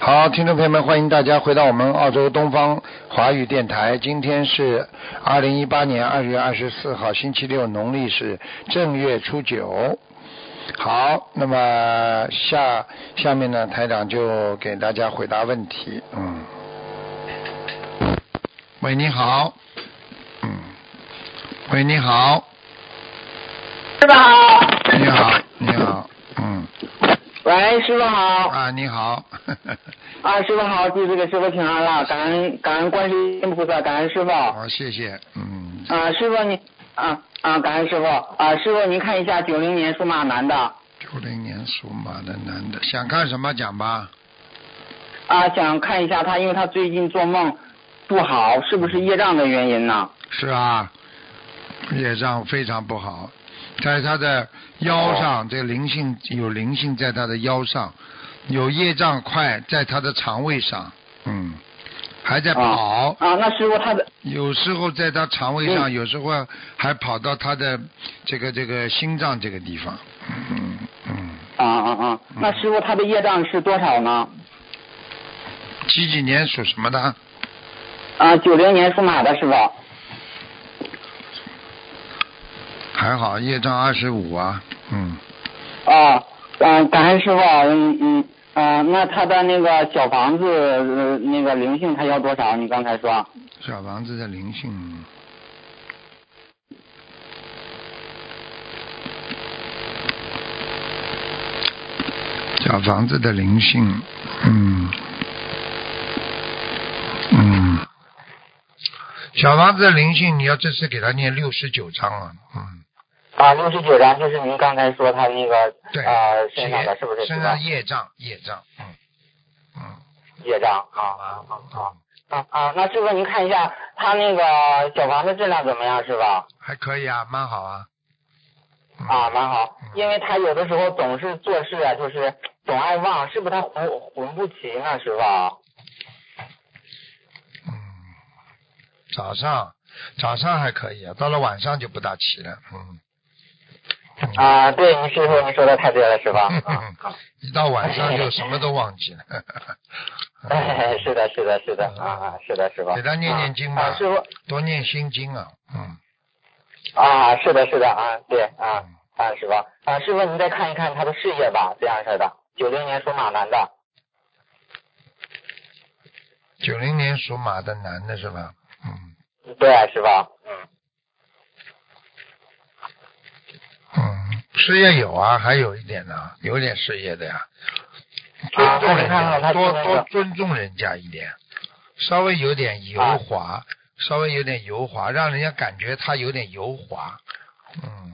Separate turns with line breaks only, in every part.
好，听众朋友们，欢迎大家回到我们澳洲东方华语电台。今天是二零一八年二月二十四号，星期六，农历是正月初九。好，那么下下面呢，台长就给大家回答问题。嗯，喂，你好。嗯，喂，你好，
师傅好，
你好，你好，嗯，
喂，师傅好，
啊，你好，
啊，师傅好，弟子给师傅请安了，感恩感恩观世音菩萨，感恩师傅，啊，
好，谢谢，嗯，
师傅你，啊啊，感恩师傅，啊，师傅您看一下九零年属马男的，
九零年属马的男的，想看什么讲吧？
啊，想看一下他，因为他最近做梦不好，是不是业障的原因呢？
是啊，业障非常不好，在他的腰上，这灵性有灵性在他的腰上，有业障块在他的肠胃上，嗯，还在跑，
啊，那师傅他的，
有时候在他肠胃上，
嗯
有时候还跑到他的这个这个心脏这个地方，嗯嗯，
啊啊啊，那师傅他的业障是多少呢？
几几年属什么的？
啊，九零年属马的师傅，
还好，业障二十五啊，嗯，
啊，嗯、感恩师傅，嗯嗯。啊、那他的那个小房子，呃、那个灵性他要多少？你刚才说。啊
小房子的灵性。小房子的灵性，嗯，嗯，小房子的灵性，你要这次给他念六十九章啊，嗯，
啊，六十九章就是您刚才说他那个
对，
呃
结
身上的是不是
身上业障，业障，嗯，嗯，
业障啊啊啊啊啊啊！那师傅您看一下他那个小房子质量怎么样是吧？
还可以啊，蛮好啊，嗯
啊，蛮好，因为他有的时候总是做事啊，就是总爱忘，是不是他魂魂不齐呢，师傅？啊
早上早上还可以啊，到了晚上就不大齐了。嗯，
啊，对，您师傅您说的太对了，师傅。 啊
一到晚上就什么都忘记了。
哎， 是的，是的，是的，啊啊，是的，师傅。
嗯给他念念经吧
啊啊师傅，
多念心经啊，嗯，
啊，是的，是的啊，对啊啊，师傅啊，师傅您再看一看他的事业吧，这样式的，九零年属马男的
九零年属马的男的是吧？嗯
对，师傅， 嗯，
嗯，事业有啊，还有一点呢、有点事业的呀。尊重人
啊那你看看
家，
他
多
这个
多尊重人家一点，稍微有点油滑，
啊
稍微有点油滑，让人家感觉他有点油滑。嗯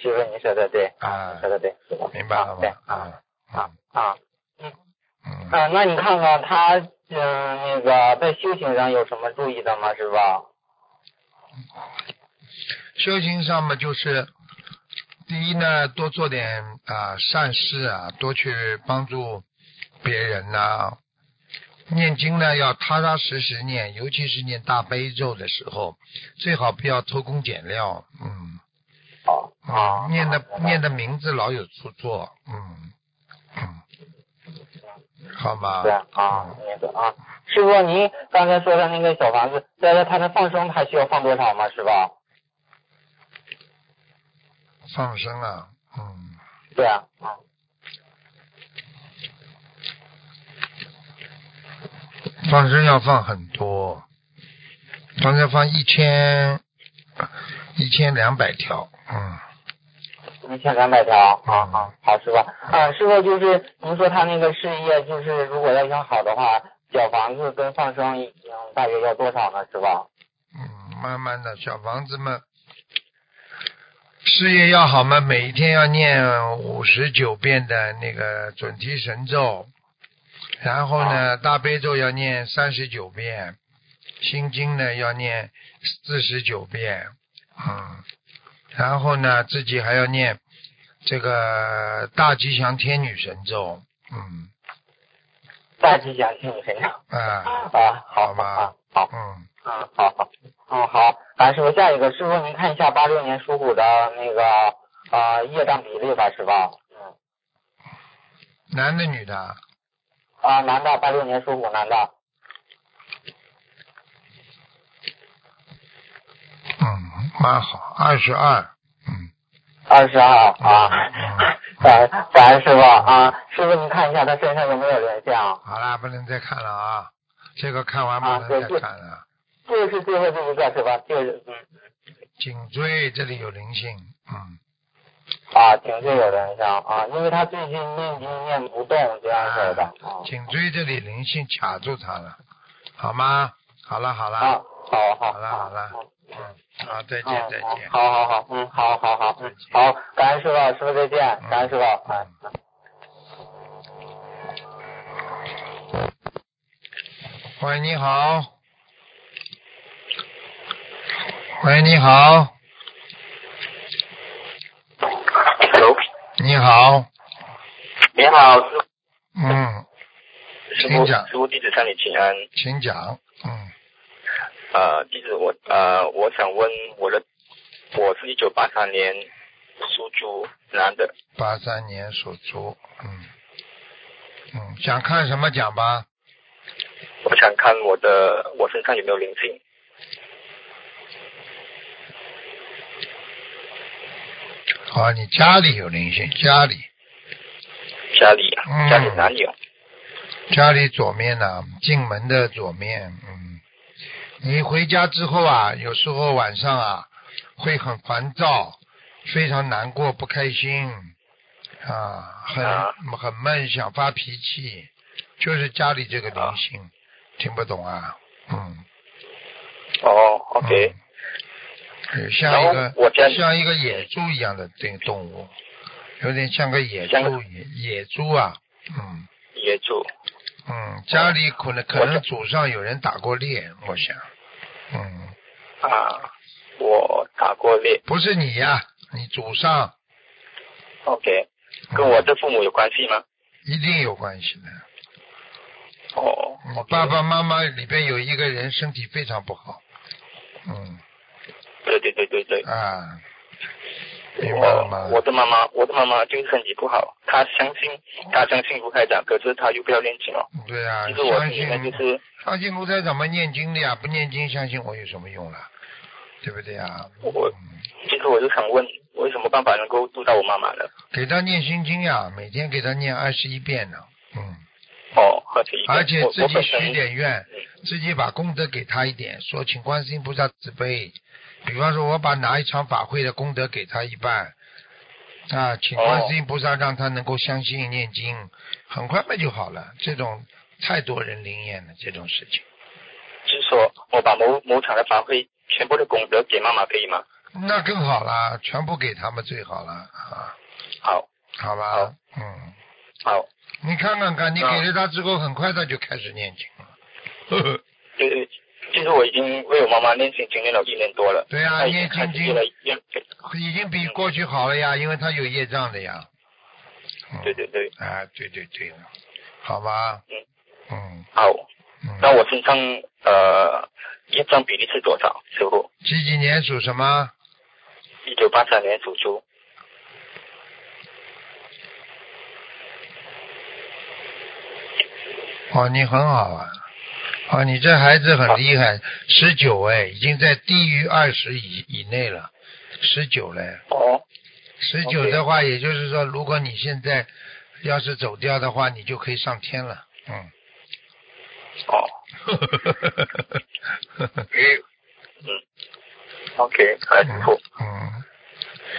师傅您说的对，
啊
您，说的对，师傅，
明白了
啊对
吗？啊
啊啊
嗯。
啊，那你看看他嗯那个在修行上有什么注意的吗，师傅？
修行上嘛，就是第一呢，多做点啊、善事啊，多去帮助别人呐、念经呢，要踏踏实实念，尤其是念大悲咒的时候，最好不要偷工减料。嗯，
哦
啊，念的
明白
念的名字老有出错。嗯嗯，好吗？
对啊，那个啊，师傅您刚才说的那个小房子，在他的放生还需要放多少吗，师傅？
放生啊，嗯。
对啊，啊
放生要放很多，放生放一千一千两百条，嗯，
一千两百条啊啊，好师傅啊，师傅就是您说他那个事业，就是如果要想好的话，小房子跟放生已经大约要多少呢，师傅？
嗯，慢慢的小房子们事业要好嘛，每一天要念五十九遍的那个准提神咒，然后呢大悲咒要念三十九遍，心经呢要念四十九遍，嗯，然后呢自己还要念这个大吉祥天女神咒，嗯
大吉祥，听你身上
啊
啊，好
好吧
啊好
嗯，
啊，好好，嗯好，啊师傅，下一个师傅您看一下八六年属虎的那个啊业障比例吧，师傅。嗯
男的女的啊？
啊、男的，八六年属虎男的。
嗯，蛮好，二十二，嗯，
二十二啊
嗯，
感 感恩师傅啊，师傅您看一下他身上有没有人像？
好啦，不能再看了啊，这个看完
啊
不能再
对
看了，
这个是最后这一个是吧？这个是嗯
颈椎这里有灵性，嗯，
啊，颈椎有人像啊，因为他最近念经念不动这样事儿的啊
颈椎这里灵性卡住他了，好吗？好了好了，
啊，好好
好了好了嗯，好，再见再见
嗯，。好好好，嗯，好好好，嗯，好，感恩师傅，师傅再见，
嗯
感恩师傅，哎。
喂，你好。喂，你好。
Hello，
你好。
你好，师
嗯，
师
请
傅，
讲
师傅弟子向你请安。
请讲。嗯，
呃，弟子我呃，我想问我的，我是一九八三年属猪男的，
八三年属猪。嗯。嗯，想看什么讲吧？
我想看我的我身上有没有灵性。
好，哦你家里有灵性，家里
家里啊
嗯，
家里哪里有？
家里左面呢、进门的左面，嗯，你回家之后啊，有时候晚上啊会很烦躁，非常难过、不开心，啊，很
啊
很闷，想发脾气，就是家里这个灵性，听不懂啊，嗯
哦，OK，
嗯像一
然
个
后我家里
像一个野猪一样的这动物，有点像个野
像
猪，野野猪啊，嗯。
业主。
嗯，家里可能可
我
能
这
祖上有人打过猎，我想，嗯，
啊，我打过猎
不是你呀、你祖上
，OK，
嗯
跟我的父母有关系吗？
一定有关系的。
哦
你嗯
，OK，
爸爸妈妈里边有一个人身体非常不好，嗯
对对对对对，
啊，明白了
我
吗
我？的妈妈，我的妈妈就是身体不好，她相信她相信卢台长，可是她又不要练琴哦。
对啊，
其实我
相
心里面就
信
是
相信卢台长们念经的呀，不念经相信我有什么用啦？对不对啊？
我
嗯
其实我就想问，我有什么办法能够度到我妈妈呢？
给他念心经呀，每天给他念二十一遍呢，嗯。
哦，而且
而且
我
自
我
己
本
许
身
点愿，自己把功德给他一点，说请观世音菩萨慈悲。比方说，我把哪一场法会的功德给他一半，啊，请
哦
观世音菩萨让他能够相信念经，很快嘛就好了。这种太多人灵验了，这种事情。
就是说我把某某场的法会全部的功德给妈妈可以吗？
那更好啦，全部给他们最好了啊，
好，
好吧
好，
嗯，
好，
你看看看，你
那
给了他之后，很快他就开始念经了。 呵呵，
就是就是我已经为我妈妈练心经练了一年多了，
对啊
她已
念
经开
心
始
经
越来越
已经比过去好了呀，因为他有业障的呀。嗯
对对对，
啊，对对对了，好吧，
嗯
嗯
好。
嗯，
那我身上呃业障比例是多少？师傅，
几几年属什么？
一九八三年属猪，
哦，你很好啊，哦，你这孩子很厉害，十九哎，已经在低于二十以以内了，十九嘞，
哦，
十九
OK
的话，也就是说，如果你现在要是走掉的话，你就可以上天了，嗯，
哦。嗯，OK，哎，师傅，
嗯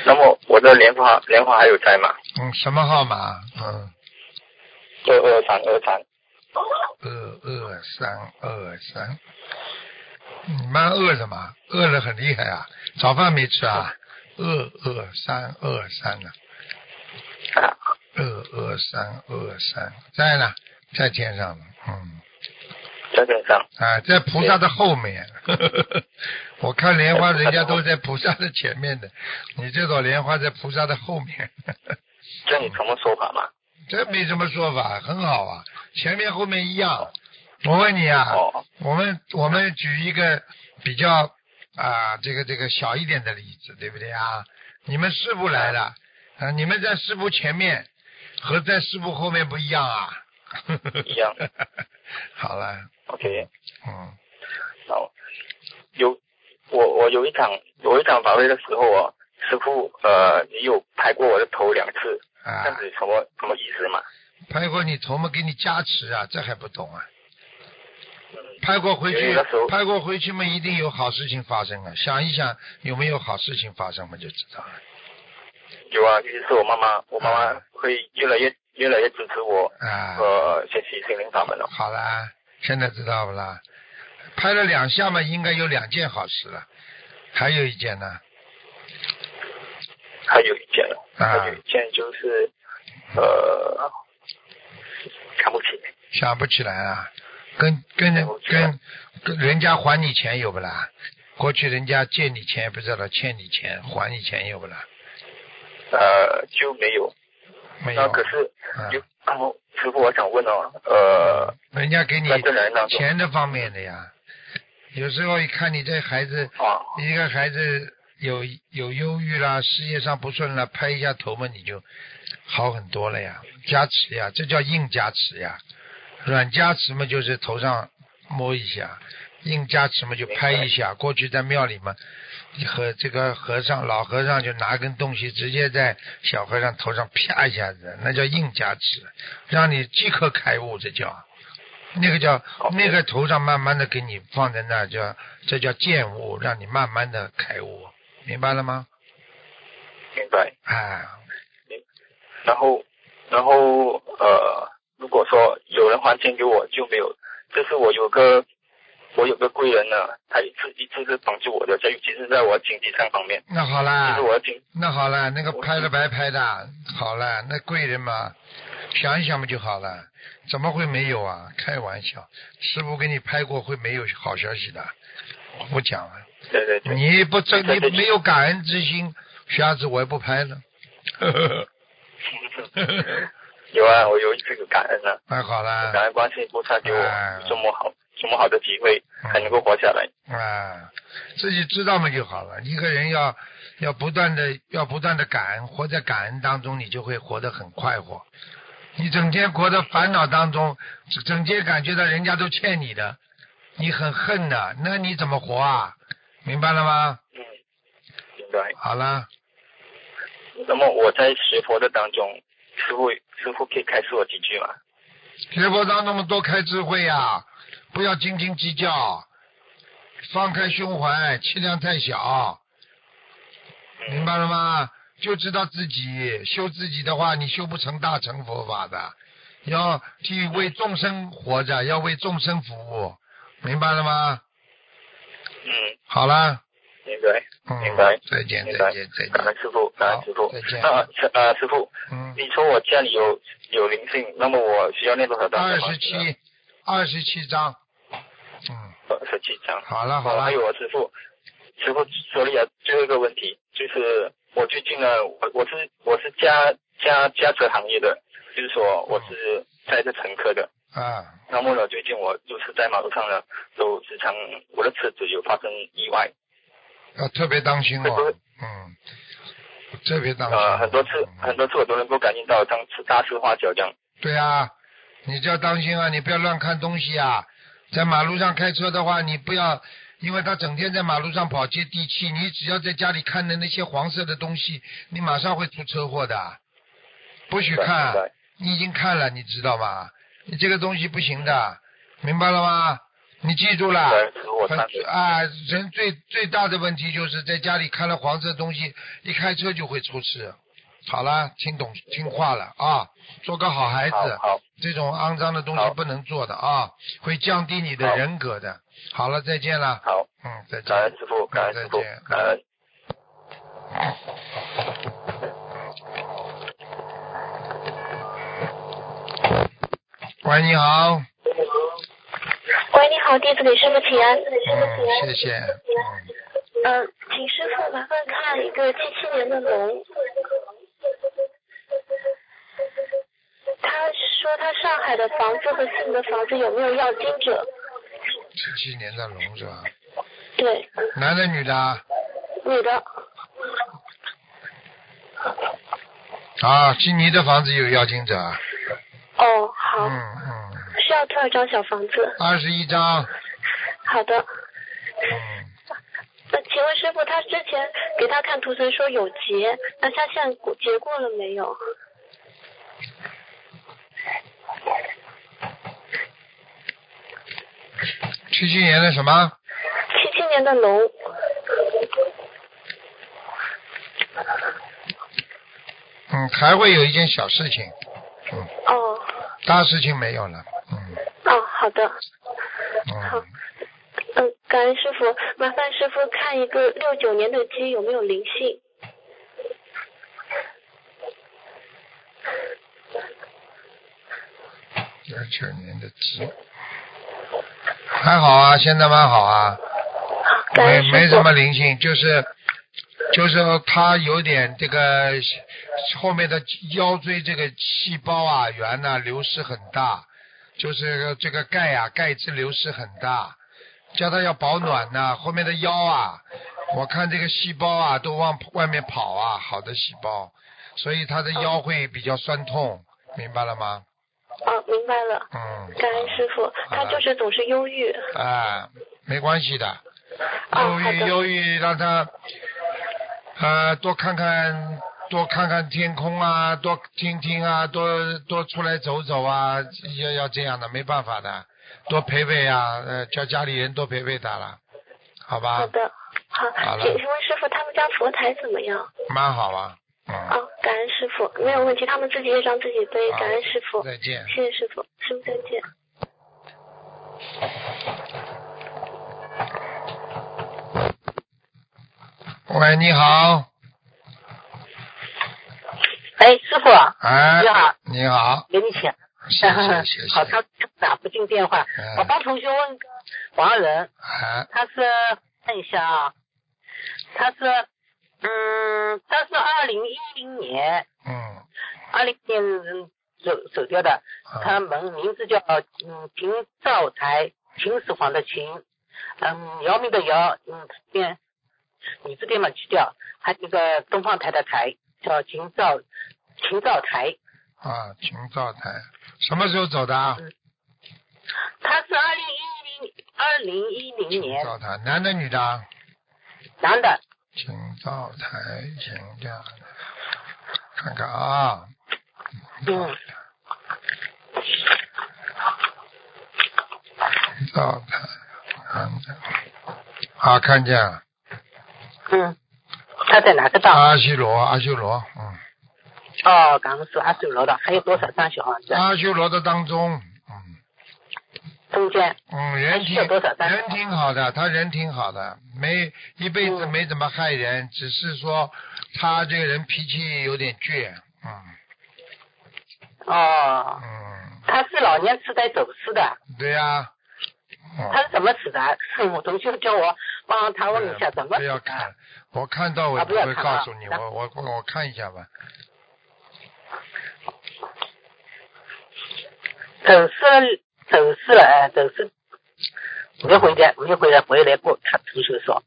那么我的莲花莲花还有在吗？
嗯，什么号码？嗯。
二二三二三，
二二三二三，你妈饿什么？饿了很厉害啊！早饭没吃啊？二二三二三呢？
啊，
二二三二三在呢，在天上呢。嗯，
在边上，
啊，在菩萨的后面。 我看莲花，人家都在菩萨的前面的，你这朵莲花在菩萨的后面，
这你什么说法嘛？
这没什么说法，很好啊，前面后面一样。我问你啊，
哦，
我们我们举一个比较啊、这个这个小一点的例子，对不对啊？你们师傅来了，啊、你们在师傅前面和在师傅后面不一样啊，
一样。
好了，
OK，
嗯，
好，有我我有一场有一场法会的时候啊，师傅呃也有拍过我的头两次，这样
啊，
子什么什么意思嘛？
拍过你头嘛，给你加持啊，这还不懂啊？
嗯
拍过回
因为
去
那时候，
拍过回去嘛，一定有好事情发生啊！想一想有没有好事情发生嘛，就知道了。
有啊，就是我妈妈，我妈妈会越来越越来越支持我，
啊，
呃，学习心灵法门了。
好啦，现在知道不啦？拍了两下嘛，应该有两件好事了，还有一件呢，
还有一件了，
啊
还有一件就是呃，看不起，
想不起来啊，跟跟人
想不起来
跟跟人家还你钱有不啦？过去人家借你钱不知道欠你钱还你钱有不啦？
呃，就没有。
没
那
有，
可是
啊
有，然后师傅，我想问哦，呃，
人家给你
在这男人当中
钱的方面的呀，有时候一看你这孩子
啊，
一个孩子有有忧郁啦，事业上不顺啦，拍一下头嘛，你就好很多了呀，加持呀，这叫硬加持呀，软加持嘛就是头上摸一下，硬加持嘛就拍一下。过去在庙里嘛，和这个和尚老和尚就拿根东西直接在小和尚头上啪一下子，那叫硬加持，让你即刻开悟，这叫。那个叫
好
那个头上慢慢的给你放在那儿，叫这叫见悟，让你慢慢的开悟，明白了吗？
明白。
哎，
然后，然后呃，如果说有人还钱给我，就没有。就是我有个，我有个贵人呢，他一次一次是帮助我的，在尤其是在我经济上方面，
那好
就
啦
是，我的经
那好啦，那个拍了白拍的，好了，那贵人嘛，想一想嘛就好了，怎么会没有啊？开玩笑，师傅给你拍过会没有好消息的，我不讲了，
对对对，
你不真
对对
你
对
没有感恩之心，下次我也不拍了。 呵呵呵
有啊，我有一次有感恩啊，
那好啦，
感恩观世音菩萨给我
哎
这么好这么好的机会，
嗯
还能够活下来。
啊，自己知道嘛就好了。一个人要要不断的要不断的感恩，活在感恩当中，你就会活得很快活。你整天活在烦恼当中，整整天感觉到人家都欠你的，你很恨的、那你怎么活啊？明白了吗？
嗯，明白。
好了，
那么我在学佛的当中，师傅师傅可以开示我几句吗？
学佛当中多开智慧呀、不要斤斤计较，放开胸怀，气量太小。
嗯
明白了吗？就知道自己修自己的话，你修不成大乘佛法的。要去为众生活着，要为众生服务，明白了吗？
嗯，
好了，
明白。
嗯，
明白
再见，
明
再
白
见，再
感
见。
恩师傅，感恩师傅
好。再见
那呃呃，师傅，
嗯，
你说我家里有有灵性，那么我需要念多少张？
二十。七，二十七章。嗯，
呃二十七张。
好了，好
还
了
有，我师傅，师傅说了一个最后一个问题，就是我最近呢，我我是我是驾驾驾车行业的，就是说
嗯
我是载着乘客的。
啊，
那么呢，最近我就是在马路上呢，都时常我的车子有发生意外，
要特别当心
很
哦
多。
嗯，特别当心。
呃，很多次
嗯
很多次我都能够感应到，像吃大事化小这样。
对啊，你就要当心啊，你不要乱看东西啊。在马路上开车的话，你不要，因为他整天在马路上跑接地气，你只要在家里看的那些黄色的东西，你马上会出车祸的。不许看
明，白
你已经看了，你知道吗？你这个东西不行的，明白了吗？你记住了。
对，师傅我
很
忏悔。
啊，人最最大的问题就是在家里看了黄色东西，一开车就会出事。好了，听懂听话了啊，做个好孩子。
好好，
这种肮脏的东西
好
不能做的啊，会降低你的
好
人格的。好了，再见了，
好，
嗯，再
感
见
恩。师傅，感恩师傅
再见，
感恩。
喂，你好，
喂，你好，弟子给师傅请安。
嗯，谢谢，嗯，
嗯，请师傅麻烦看一个七七年的龙。他说他上海的房子和西宁的房子有没有要经者？
七七年的龙是吧？
对，
男的女的啊？
女的。
啊，悉尼的房子有妖精者啊，
哦，
嗯，
好
嗯
需要多少张小房子？
二十一张。
好的，
嗯，
那请问师傅，他之前给他看图腾说有结，那他现在过结过了没有？
七七年的什么？
七七年的龙，
嗯，还会有一件小事情，
哦，
大事情没有了。嗯
哦，好的，好
嗯，
嗯，感恩师傅，麻烦师傅看一个六九年的鸡有没有灵性。
九九年的鸡，还好啊，现在蛮好啊，
啊感
没
恩
没
师
什
傅
么，灵性，就是就是他有点这个后面的腰椎这个细胞啊源呐、流失很大，就是这个钙啊钙质流失很大，叫他要保暖呐、后面的腰啊，我看这个细胞啊都往外面跑啊，好的细胞，所以他的腰会比较酸痛，明白了吗？
哦，明白了，
嗯，
感恩师傅，他就是总是忧郁。
啊，没关系的。忧
哦，好
郁，
的，
忧郁，让他呃多看看，多看看天空啊，多听听啊，多多出来走走啊，要要这样的，没办法的，多陪陪啊，呃，叫家里人多陪陪他了，好吧
好，的，好
啊好，了
请请问师傅他们家佛台怎么样？
蛮好啊，嗯，
哦，感恩师傅，没有问题，他们自己业障自己背，
好
感恩师傅，
再见。
谢谢师傅，师傅再见。
喂，你好，
哎，师傅，
哎
你好，
你好，
给你请，
谢谢 谢
好
谢，
长打不进电话。我
嗯，
帮同学问个亡人，
哎，
他是看一下啊，他是嗯，他是二零一零年，
嗯，
二零年走走掉的，
啊
他们名字叫嗯平兆才，秦始皇的秦，嗯姚明的姚，嗯这边你这边嘛去掉，还有一个东方台的台叫秦兆秦兆台。
啊，秦兆台，什么时候走的啊？
他是二零一零二零一零
秦
年
兆台，男的女的啊？
男的，
请灶台，请假，看看啊，
嗯，
灶台，看看，啊，看见了，
嗯，他在哪个道？
阿修罗，阿修罗，嗯，
哦，刚刚说阿修罗的，还有多少张小房子？
阿修罗的当中，嗯
中间
嗯，人挺
还需要多少单子
人挺好的，他人挺好的，没一辈子
嗯
没怎么害人，只是说他这个人脾气有点倔，嗯
哦，
嗯，
他是老年痴呆走失的，
对呀、嗯
他是怎么死的？我同学叫我帮他问一下怎么
不
死
要
的
看。，我看到我
啊
就
不要
会
看
告
啊
诉你，
那
我我我我看一下吧。
走失走失了，哎，走失。我就回家，我就回来，回来过。他同学说，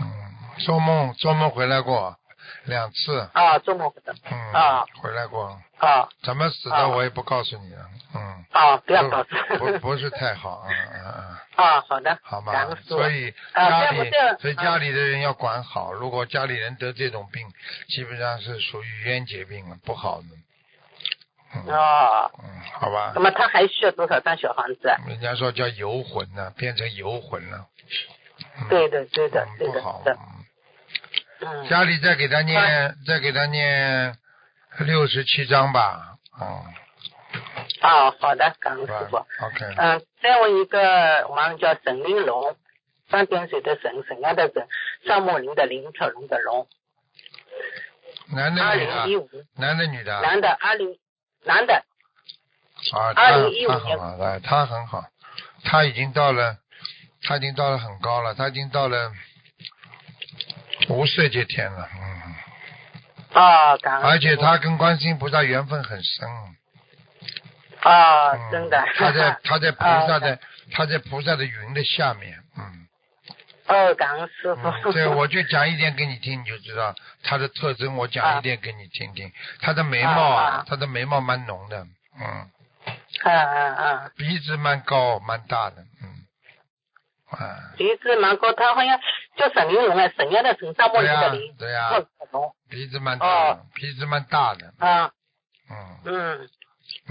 嗯，做梦做梦回来过两次，
啊，做梦的，
嗯，
啊
回来过，
啊
怎么死的
啊
我也不告诉你了，嗯，
啊，不要告诉
不不是太好，嗯嗯嗯，
啊，好的，
好
感
吗
恩？师父
所以
啊
家
这样
里
不这样
所以
啊
家里的人要管好，如果家里人得这种病，基本上是属于冤结病了，不好的，嗯
哦，
嗯，好吧
那，么他还需要多少张小房子啊？
人家说叫游魂呢，变成游魂了，嗯
对的，对的
嗯，
对
不
的，
好
是，的，
嗯
嗯，
家里再给他念，再给他念六十七章吧，哦、
哦，好的，感恩
是吧
师傅。
？OK，
嗯，再问一个网友叫沈玲珑，三点水的沈，沈阳的沈，赵梦林的林，跳龙的龙。
男的
嗯二
女
零一
的？
五，
男的女的？啊，
男的，二零，男的，
他
2015
他很好的，他很好，他已经到了，他已经到了很高了，他已经到了无色界天了，嗯，
哦，感恩
而
师
且
父。
他跟观世音菩萨缘分很深，
哦，
嗯
真的。
他在他在菩萨的
哦
他在菩萨的云的下面，嗯。
哦，感恩师傅。
嗯，这我就讲一点给你听，你就知道它的特征。我讲一点给你听听，它的眉毛啊
啊，
它的眉毛蛮浓的，嗯，
嗯嗯嗯，
鼻子蛮高蛮大的，嗯，啊，
鼻子蛮高，他好像叫沈玲珑啊，沈月的沈，大
对
漠里
呀、
的林，
对呀、
叫沈龙。
鼻子蛮大的
哦，
鼻子蛮大的，
啊，
嗯，
嗯，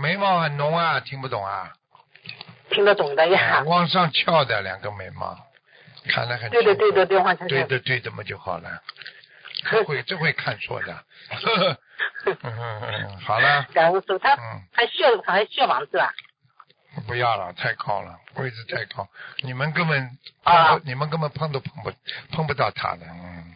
眉毛很浓啊，听不懂啊，
听得懂的呀。
往上翘的两个眉毛，看得很
对的
清楚
对的，对，黄先
对
生。
的对的嘛就好了，这会这会看错 的， 呵呵，嗯嗯嗯，好了，
然后说他
嗯，
还需要还需要房子啊？
不要了，太高了，位置太高，你们根本
啊
碰不你们根本碰都碰不碰不到他的，嗯，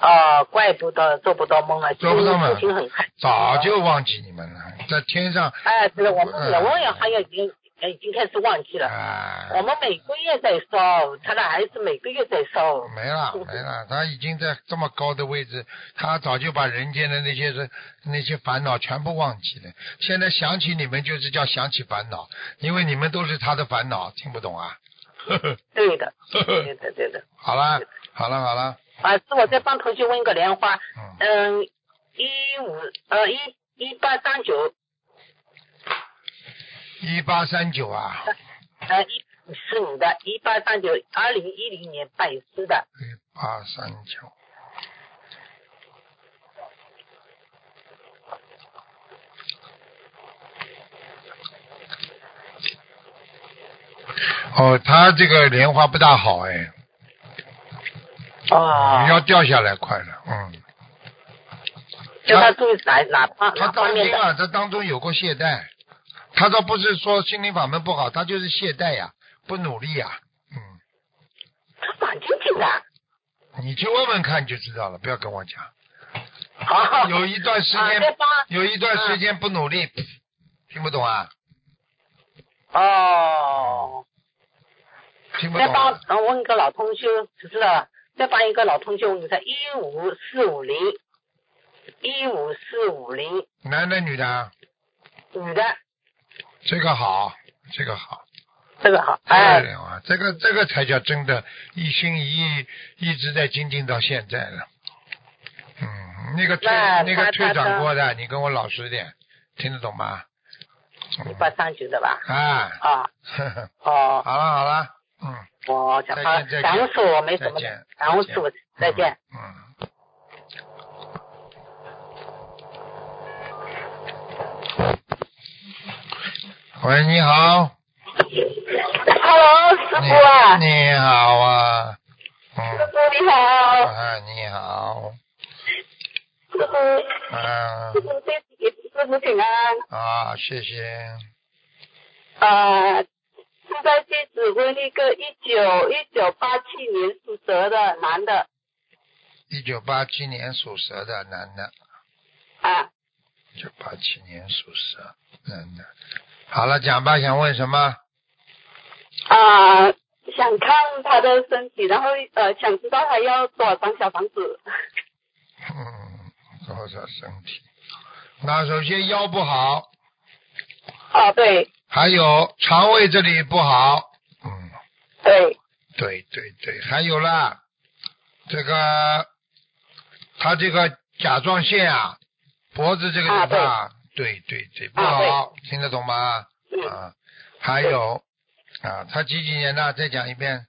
哦，怪不得做不到梦了，
啊做不到梦啊
心情很开心。
早就忘记你们了，在天上
哎，是的，我们
嗯
也我也好像已经呃已经开始忘记了。
啊，
我们每个月在烧，他的还是每个月在烧。
没了没了，他已经在这么高的位置，他早就把人间的那些是那些烦恼全部忘记了。现在想起你们就是叫想起烦恼，因为你们都是他的烦恼，听不懂啊？呵呵
对的，
呵呵
对的，对的。
好啦好啦好啦，
啊，是我在帮同学问一个莲花，
嗯，
嗯，一五呃一一八三九
一八三九啊，
呃一是你的，一八三九二零一零年拜师的，
一八三九，哦，他这个莲花不大好哎。
哦
要掉下来快了，嗯。
叫他注意哪哪方
他
哪方
当
面
心
的？
啊，这当中有过懈怠，他倒不是说心灵法门不好，他就是懈怠呀、不努力呀、嗯，
他蛮精进的，
你去问问看就知道了，不要跟我讲。
好，
有一段时
啊，再
间，
帮
有一段时间不努力，
嗯
听不懂啊？
哦，
听不
再
懂、
帮
啊？
呃问一个老同修，知道了，再帮一个老同修问一下，一五四五零，一五四五零，
男的女的啊？
女的，
这个好，这个好。
这个好，
哎
哎，
呀，这个这个才叫真的，一心一意一直在精进到现在了。嗯，那个退
那
那个
他
退
他
转
他
过的，你跟我老实点，听得懂吗？
一八三九的吧？
啊，
啊，
呵呵
哦，
好了好了，嗯，
我想啊
再见再见，
感恩师我没什
再
么
见
的，感恩师我再见。
嗯。嗯。喂，你好。
Hello，师
你
傅啊，师
嗯你好啊。嗯。
傅你好，
啊，你好，
师傅，
啊
师傅对不起，师傅请安。
啊，谢谢，
啊、现在地址问一个一九一九八七年属蛇的男的
一九八七年属蛇的男的，
啊，
一九八七年属蛇男的，好了，讲吧，想问什么？
啊、想看他的身体，然后呃，想知道他要多少张小房子。
嗯，多少身体？那首先腰不好，
啊，对
还有肠胃这里不好，嗯，
对，
对对对，还有啦，这个他这个甲状腺啊，脖子这个地方，啊、对对对，不
啊对
好，听得懂吗？
嗯
啊，还有啊，他几几年的？再讲一遍。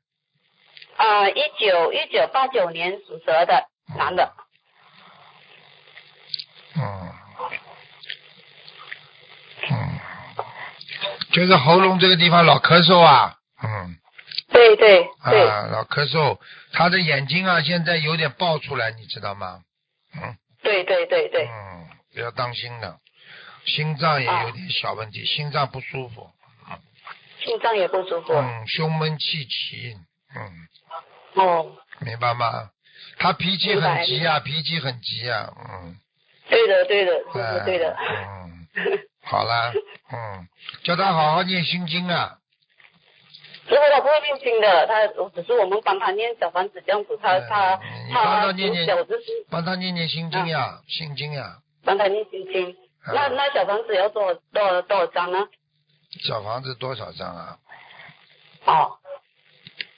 啊，一九一九八九年属蛇的男的
嗯，嗯，就是喉咙这个地方老咳嗽啊，嗯
对对对，
啊，老咳嗽，他的眼睛啊现在有点爆出来，你知道吗？嗯
对对对对，
嗯，不要当心了，心脏也有点小问
啊
题，心脏不舒服，
心脏也不舒服。
嗯，胸闷气急，嗯，
哦，
明白吗？他脾气
明白
很急啊，脾气很急啊，嗯，
对的对的，师
哎
傅对的。
嗯。好啦，嗯，叫他好好念心经啊，
如果他不会念经的，他只是我们帮他念小房子这样子，他
嗯
他
你帮他
他
念念
从小就是
帮他念念心经呀、
啊
心经啊呀、
帮他念心经。
啊
那那小房子要多少多少多少张呢？
小房子多少张啊？
哦，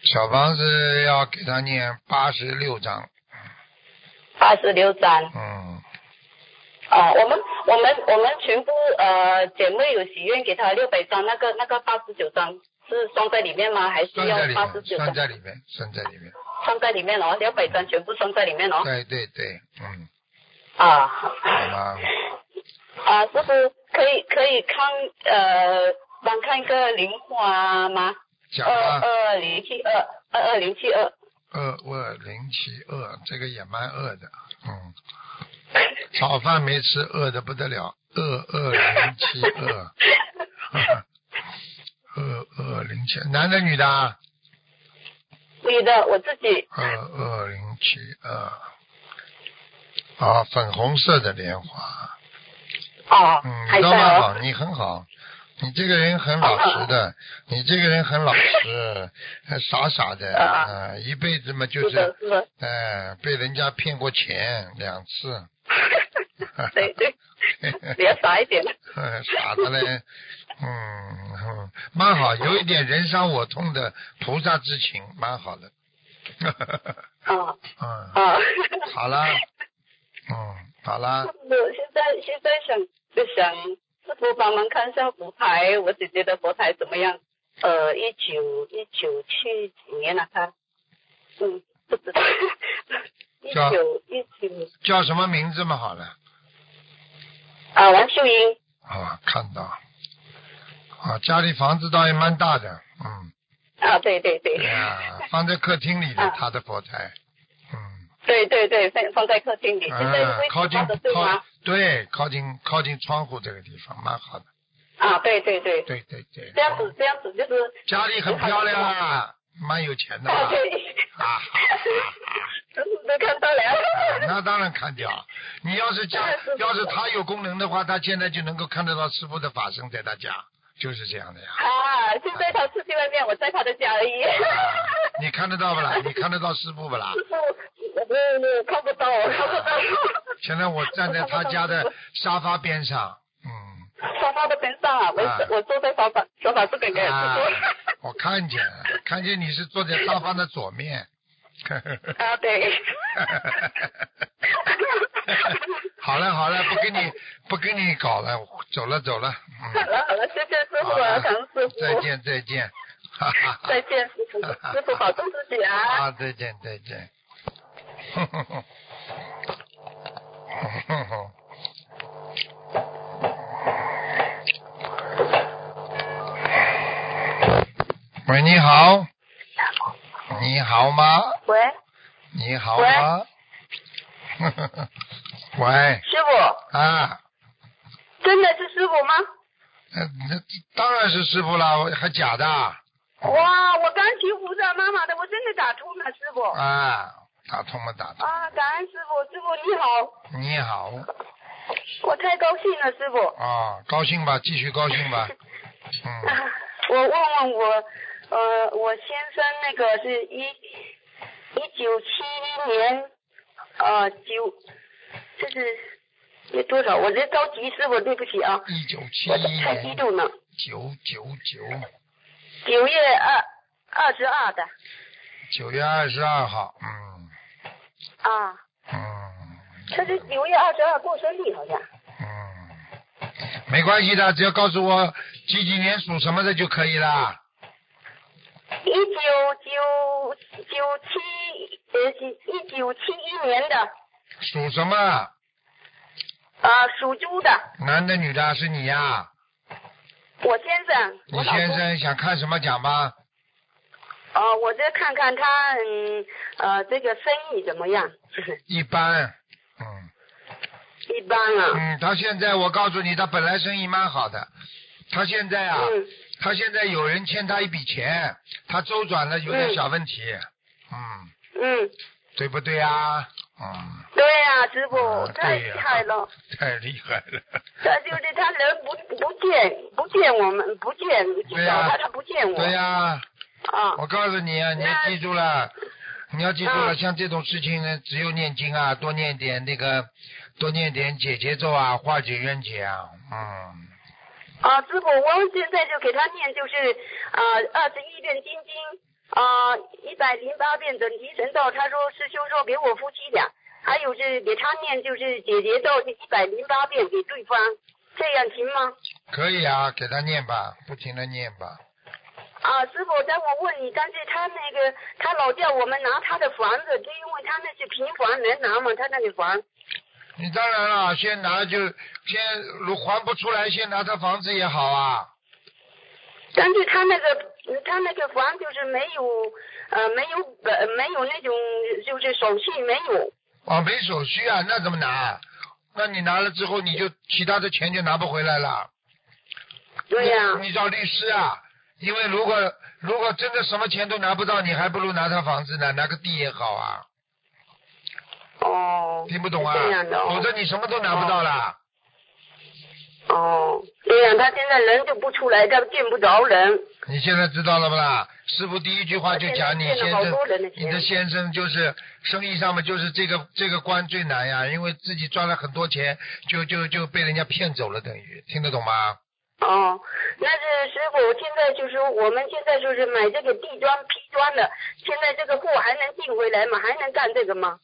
小房子要给他念八十六张，
八十六张。
嗯，
哦、
啊、我们我们我们全部呃姐妹有许愿给他六百张，那个那个八十九张是算在里面吗？还是
算
要
在里
八十
面，
九
算
张
在里面，算在里面。
算在里面哦？两百张全部算在里面哦。
对对对，嗯，
啊好
好吗？
啊，师傅可以可以看呃帮看一个零花吗？
讲
二
呃
啊，
二零七二二二零七二
二二零七二，这个也蛮饿的，嗯，早饭没吃，饿的不得了，二二零七二， 二二零七，男的女的啊？
女的我自己
二二零七二，啊，粉红色的莲花，
哦
嗯，
还
你
在
倒蛮
哦
好，你很好，你这个人很老实的，你这个人很老实， 还傻傻的，
啊
啊、一辈子嘛就是
的
是，
是的
呃，被人家骗过钱两次，
对对比较傻一点
傻的嘞，嗯，嗯蛮好，有一点人伤我痛的菩萨之情，蛮好的，
啊
嗯，
啊。
好啦，嗯，好啦。
我现在现在想就想师傅帮忙看一下佛牌，我姐姐的佛牌怎么样？呃，一九一九七几年啊，她嗯不知道，一
叫
九一九
叫什么名字嘛？好了，
啊王秀英
啊，看到，啊，家里房子倒也蛮大的，嗯，
啊对对对
对呀，放在客厅里的
啊
他的佛台，嗯，
对对对放放在客厅里，现在
啊
位，
靠
置
近
放的对
靠
吗？
对，靠近靠近窗户这个地方，蛮好的，
啊对对对，
对对对，
这样子这样子就是
家里很漂亮啊，蛮有钱的
啊
嘛，
对，
啊，
都看到了。
那当然看掉。你要是家要是他有功能的话，他现在就能够看得到师傅的法身在他家，就是这样的呀。
啊，现在他出去外面，我在他的家而已。
啊你看得到不啦？你看得到师傅不啦？
师傅，我我我看不到，我看不到。
现在我站在他家的沙发边上， 嗯，
沙发的边上啊，我、
啊
我坐在沙发沙发这边给师
啊
傅。，
我看见了，看见你是坐在沙发的左面，
啊，对。
好了好了，不跟你不跟你搞了，走了走了，
好
嗯，
了好了，谢谢师傅
好
啊，
了
唐师傅。
再。见再见，哈哈哈。
再见，师傅，师傅保重自己啊。
啊，再见再见。 喂，你好，你好吗？
喂，
你好吗？ 喂，
师傅，
啊，
真的是师傅吗？
那那当然是师傅啦，还假的啊
哇，我刚提菩萨妈妈的，我真的打通了，师傅。？
啊打通了打通，
啊，感恩师傅，师傅你好，
你好，
我太高兴了，师傅。
啊，高兴吧，继续高兴吧，嗯。
啊我问问我，呃，我先生那个是一一九七一年，呃，九，这是有多少？我这着急，师傅，对不起啊，
一九七
我
一
太激
年
动了。
九九九
九月二二十二的
九月二十二号，嗯
啊，
嗯
他是九月二十二过生日，好像。
嗯，没关系的，只要告诉我几几年属什么的就可以了。
一九九九七呃，一九七一年的
属什么？
啊，属猪的，
男的女的？是你呀、
我先生，
你
我老
先
公。
生想看什么讲吧？
呃，我再看看他，嗯，呃，这个生意怎么样？
一般，嗯
一般啊。
嗯，他现在我告诉你，他本来生意蛮好的，他现在啊，
嗯。
他现在有人欠他一笔钱，他周转了有点
嗯
小问题，嗯，
嗯，
对不对啊？嗯。
对呀、啊，师傅、
啊
太
对
厉
呀
害了，
太厉害了，
他就是他人不不见不见我们不见，去
对呀
找他他不见我。
对呀、
啊
我告诉你啊，你要
那
记住了，你要记住了，
嗯
像这种事情呢，只有念经啊，多念点那个，多念点解结咒啊，化解冤结啊，嗯，
啊，师傅，我现在就给他念，就是啊，二十一遍心经，啊，一百零八遍准提神咒。他说师兄说给我夫妻俩，
还有是给他念就是解决到一百零八遍给对方，这样行吗？
可以啊，给他念吧，不停的念吧。
啊，师傅，但我问你，但是他那个他老叫我们拿他的房子，就因为他那是平房，能拿吗？他那里房
你当然了，先拿就先如还不出来，先拿他房子也好啊。
但是他那个嗯他那个房就是没有呃没有呃没有那种就是手续没有
哦，没手续啊，那怎么拿？那你拿了之后，你就其他的钱就拿不回来了。
对呀、
你找律师啊，因为如果如果真的什么钱都拿不到，你还不如拿他房子呢，拿个地也好啊。
哦
听不懂啊
是这样的？
否
哦
则你什么都拿不到啦。
哦对呀、他现在人就不出来，他见不着人。
你现在知道了不啦？师傅第一句话就讲你
我
先
现在
生
见了好多人的，
你
钱
的先生就是生意上面就是这个这个关最难呀，因为自己赚了很多钱，就就就被人家骗走了，等于听得懂吗？
哦，那是师傅，我现在就是我们现在就是买这个地砖批砖的，现在这个货还能进回来吗？还能干这个吗？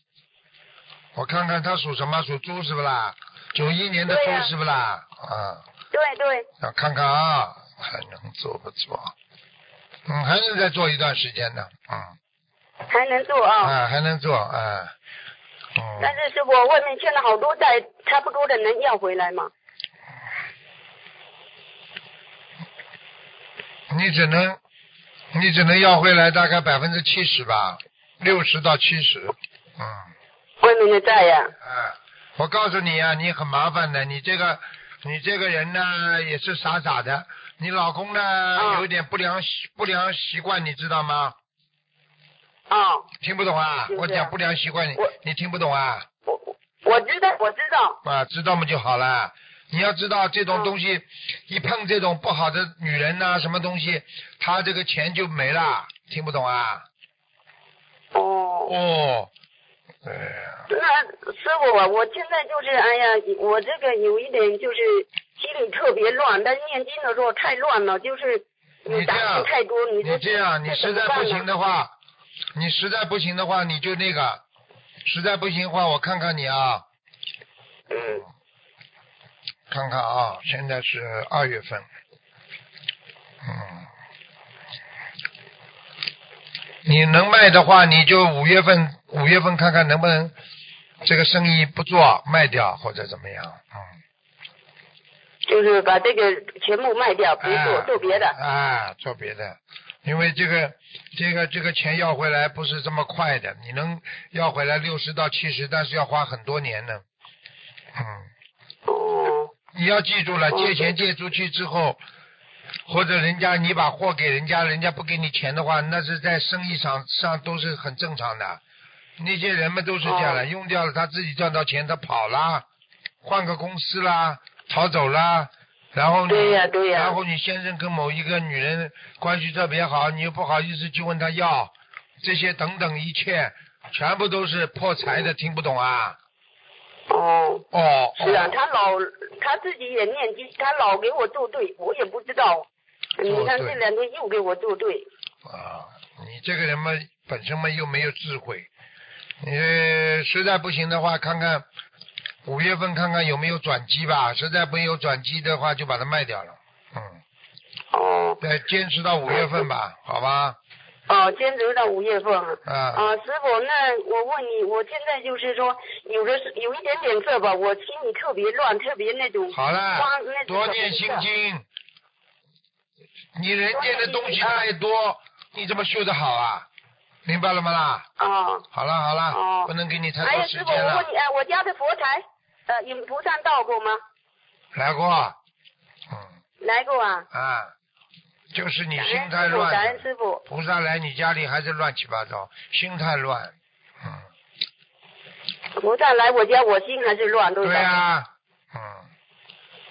我看看他属什么，属猪是不啦？九一年的
对呀
猪是不啦？啊，
对对，
要看看啊，还能做不做？嗯，还能再做一段时间呢，嗯，
还能做啊。
啊，还能做，啊，嗯，
但是师傅，外面欠了好多债，差不多的能要回来吗？
你只能你只能要回来大概百分之七十吧，六十到七十。嗯，
外面的债呀、
哎，我告诉你啊，你很麻烦的，你这个你这个人呢也是傻傻的，你老公呢
嗯
有点不良习不良习惯，你知道吗？
哦，
听不懂啊
是？
我
这样
讲不良习惯，你
我
你听不懂啊？
我我我知道，我知道。
啊，知道嘛就好了。你要知道这种
嗯
东西，一碰这种不好的女人呐、什么东西，她这个钱就没了，听不懂啊？
哦，
哦，哎呀，
那师傅啊，我现在就是哎呀，我这个有一点就是心里特别乱，但念经的时候太乱了，就是
你这
打
样
字太多，你
你
这
这样，你
这
实
怎么
在
办
不
呢
行的话，你实在不行的话，你就那个，实在不行的话，我看看你啊，
嗯
看看啊，现在是二月份，嗯，你能卖的话，你就五月份，五月份看看能不能这个生意不做卖掉或者怎么样，嗯，
就是把这个全部卖掉，不做
哎
做别的。
啊，做别的，因为这个这个这个钱要回来不是这么快的，你能要回来六十到七十，但是要花很多年呢。嗯，
哦
你要记住了，
嗯
借钱借出去之后，或者人家你把货给人家，人家不给你钱的话，那是在生意场上都是很正常的。那些人们都是这样的，
哦
用掉了他自己赚到钱，他跑啦，换个公司啦，逃走啦，然后你
对呀对呀
然后你先生跟某一个女人关系特别好，你又不好意思去问他要，这些等等一切，全部都是破财的，听不懂啊？
嗯哦，
哦，
是啊
哦，
他老他自己也念经，他老给我作对，我也不知道。你
作
看
对
这两天又给我作对，
啊，你这个人嘛，本身嘛又没有智慧，你呃实在不行的话，看看五月份看看有没有转机吧，实在没有转机的话，就把它卖掉了。嗯，
哦
再坚持到五月份吧，好吧？
哦，坚持到五月份啊。
啊，
啊，师傅，那我问你，我现在就是说，有的是有一点点事吧，我心里特别乱，特别那种
好了
哇那是，
多
什么
念
意
心
思啊
经。你人间的东西
多念心经啊
太多，你怎么修得好啊？明白了吗啦？
啊。
好了好了，
哦
不能给你太
还有
多
师
时
傅，
间
我
了
问。你，哎、我家的佛台，呃，有菩萨到过吗？
来过，嗯。
来过啊。
啊，就是你
感
心
恩
太
师傅，感
乱
恩
了，
师傅。
菩萨来你家里还是乱七八糟，心太乱。嗯，
菩萨来我家，我心还是乱，对吧？
对啊呀、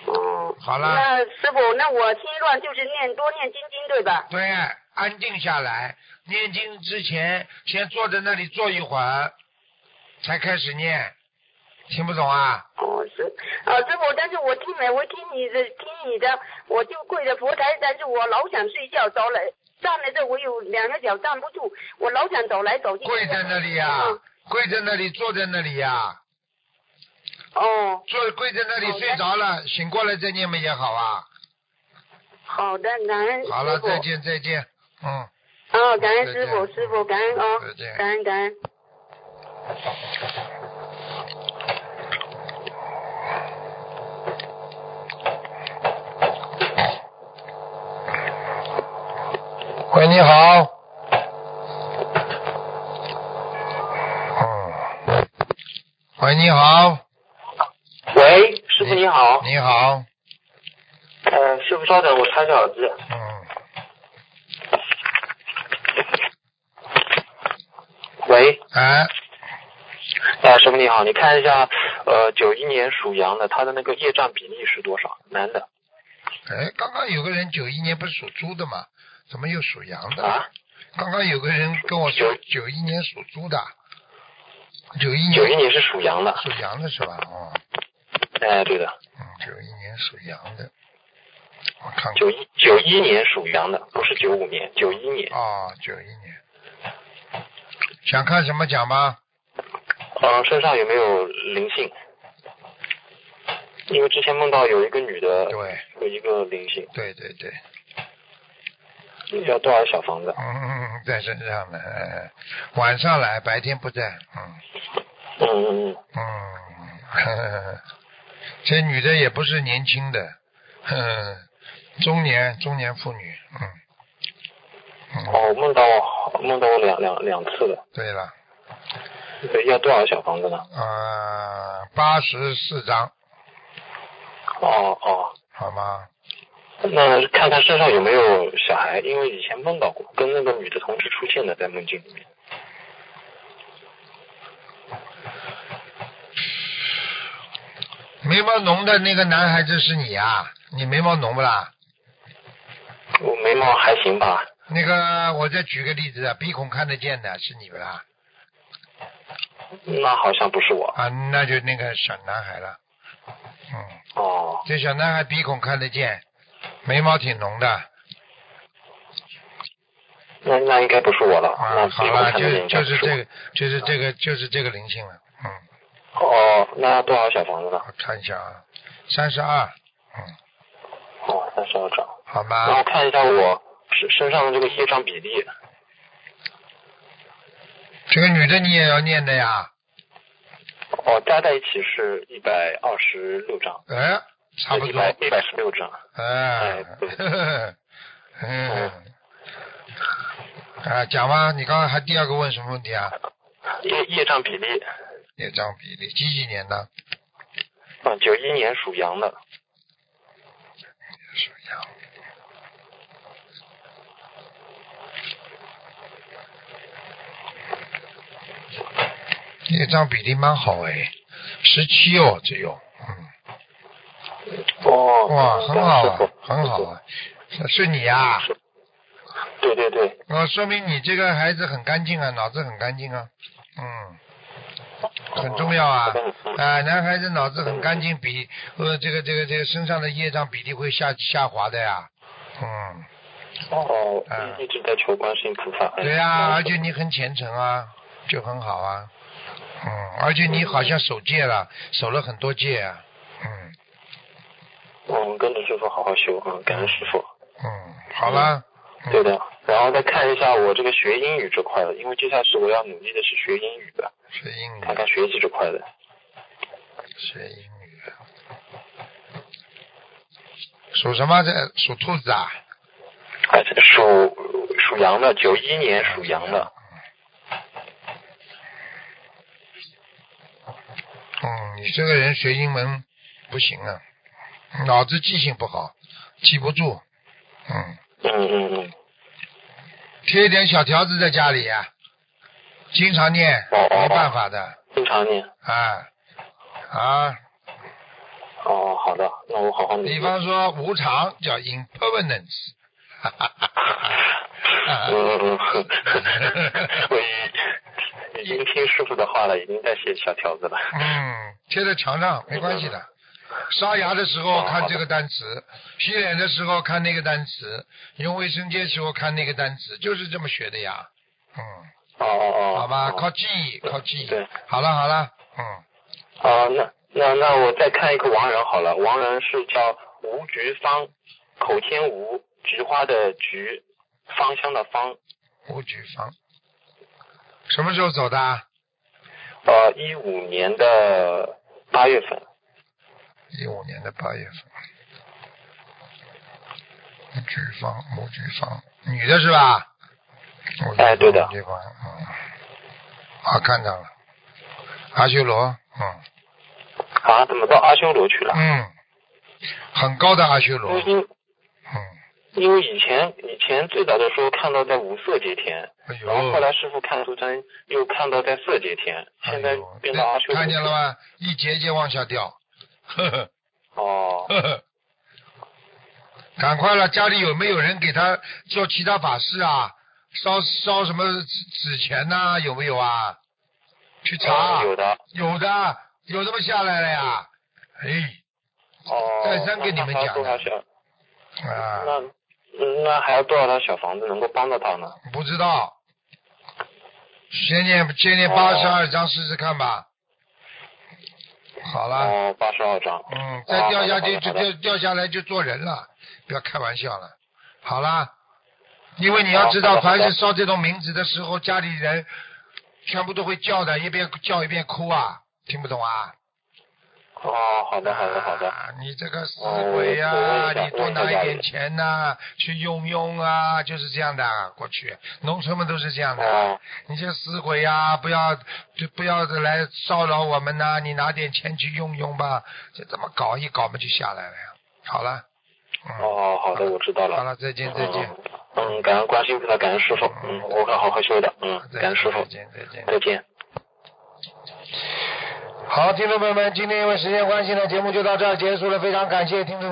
嗯，
哦，
好了，
那师傅，那我心乱就是念多念心经，对吧？
对，啊安定下来，念经之前先坐在那里坐一会儿，才开始念，听不懂啊？
哦，是，啊，师傅，但是我听没，我听你的，听你的，我就跪着佛台，但是我老想睡觉，走了，站了这我有两个脚站不住，我老想走来走去。
跪在那里呀、啊
嗯
跪在那里，坐在那里呀、
哦，
坐跪在那里
好的
睡着了，醒过来再念嘛也好啊。
好的，感恩师
好了，
傅。
再见再见，嗯。
哦，感恩
再
师
见
傅，师傅感恩哦
再见，
感恩感恩。
喂，你好。嗯。喂，你好。
喂，师傅你好，
你好。
呃，师傅稍等，我查小子。
嗯。
喂，
哎，
啊，师傅你好，你看一下，呃，九一年属羊的，他的那个业障比例是多少？男的
哎，刚刚有个人九一年不是属猪的嘛？怎么又属羊的？
啊？
刚刚有个人跟我说九一年属猪的，九一
九一
年
年是属羊的，
属羊的是吧？哦，
哎，对的，
嗯，九一年属羊的，我看看
九一九一年属羊的，不是九五年，九一年。
哦，九一年，想看什么讲吗？
呃，身上有没有灵性？因为之前梦到有一个女的，
对
有一个灵性，
对对对，
要多少小房子？
嗯嗯，嗯，在身上呢，哎晚上来，白天不在，嗯
嗯嗯
嗯呵呵，这女的也不是年轻的，呵呵中年中年妇女，嗯嗯，
嗯。哦，梦到梦到我两两两次了。
对了，
对，要多少小房子呢？
呃，八十四张，
哦哦，
好吗？
那看看身上有没有小孩，因为以前梦到过，跟那个女的同时出现的在梦境里面。
眉毛浓的那个男孩子是你啊？你眉毛浓不啦？
我眉毛还行吧，
那个，我再举个例子啊，鼻孔看得见的是你不啦？
那好像不是我。
啊，那就那个小男孩了，嗯。
哦
这小男孩鼻孔看得见，眉毛挺浓的啊
那那应该不是我了。那
啊。好
以后
了，
看见
就
应该
就
不
是
我
这个，就是这个，就是这个灵性了。嗯，
哦，那要多少小房子呢？
我看一下啊，三十二，嗯，
哦，三十二张。
好
然后
吗？
看一下我身身上的这个业障比例。
这个女的你也要念的呀？
哦，加在一起是一百二十六张，
哎，差不
一
多，
百
哎，
一百十六张。哎
呵呵 嗯，啊，讲吧，你刚刚还第二个问什么问题
嗯
啊？
业业障比例，
业障比例，几几年的？
嗯，九一年属羊的，
属羊。业障比例蛮好哎，十七哦，只有，嗯，
哦，
哇，
嗯
很好啊
师，傅
很好啊，是你呀、啊，
对对对，
哦，说明你这个孩子很干净啊，脑子很干净啊，嗯，很重要啊，
嗯嗯
啊、男孩子脑子很干净，比呃这个这个这个身上的业障比例会下下滑的呀，嗯，
哦
嗯，
一直在求观世音菩萨。
对呀、
嗯
而且你很虔诚啊，就很好啊。嗯，而且你好像守戒了，守了很多戒啊。嗯
嗯，跟着师傅好好修，嗯，感恩师傅。
嗯，好了。嗯
对。的，然后再看一下我这个学英语这块的，因为接下去我要努力的是学英语的，
嗯学英语
看，看学习这块的。
学英语。属什么？这属兔子啊？
而且哎属属羊的，九一年属羊的。
嗯，你这个人学英文不行啊，脑子记性不好，记不住。嗯，
嗯嗯嗯。
贴一点小条子在家里呀、经常念，
哦哦
没
哦
办法的。
经常念。
啊啊，
哦，好的，那我好好努力。
比方说无常叫 impermanence，哈 哈哈哈
嗯
哈
嗯嗯，我已已经听师傅的话了，已经在写小条子了。嗯
嗯，贴在墙上没关系的。刷牙的时
哦
候看这个单词，洗脸的时候看那个单词，用卫生间时候看那个单词，就是这么学的呀。嗯，
哦哦哦，
好吧？
哦
靠记忆，靠记忆
对。
好了好了，嗯，
哦，那那那我再看一个王人好了，王人是叫吴菊芳，口天吴，菊花的菊，芳香的芳，
吴菊芳，什么时候走的啊？
呃，一五年的八月份，
一五年的八月份。吴菊芳，吴菊芳，女的是吧？吴菊芳
哎对的
吴菊芳，嗯，啊，看到了，阿修罗，嗯
啊，怎么到阿修罗去了？
嗯，很高的阿修
因
罗，
为因
嗯，
因为以前以前最早的时候看到在无色界天，
哎呦，
然后后来师傅看图腾又看到在色界天，现
哎
在啊
呦
变到阿修罗
看
去
见了吧？一节一节往下掉，呵呵
哦，
呵呵。赶快了，家里有没有人给他做其他法事啊？烧烧什么纸纸钱呐、有没有啊？去查，啊
嗯有的
有的，有这么下来了呀？哎，
哦，
再三跟你们
那还要
讲啊
多
的
少小？那
啊，
嗯那还要多少套小房子能够帮得到呢？
不知道，先念先
哦
念八十二章试试看吧。好了。
哦，八十二张。
嗯，
啊
再掉下去就
好的好
掉
的
掉下来就做人了，不要开玩笑了。好啦，因为你要知
好
道，
的好
凡
的
是烧这种名字的时候，家里人全部都会叫的，一边叫一边哭啊，听不懂啊？
哦，好的，好的，好的。
啊你这个死
哦我
鬼呀、
我问一下
你多
问一下
拿一
家里
点钱呐、去用用啊，就是这样的。过去农村们都是这样的。啊
哦，
你这死鬼呀、不要就不要来骚扰我们呐、你拿点钱去用用吧，就这么搞一搞嘛就下来了呀。好了，嗯，
哦，好的，我知道
好
了。
了，再见再见，
嗯，感恩关心菩萨，感恩师傅。嗯，我会好好修的。嗯，
啊再
感恩师
见
傅
再。见再见。
再见。
好，听众朋友们，今天因为时间关系呢，节目就到这儿结束了，非常感谢听众朋友。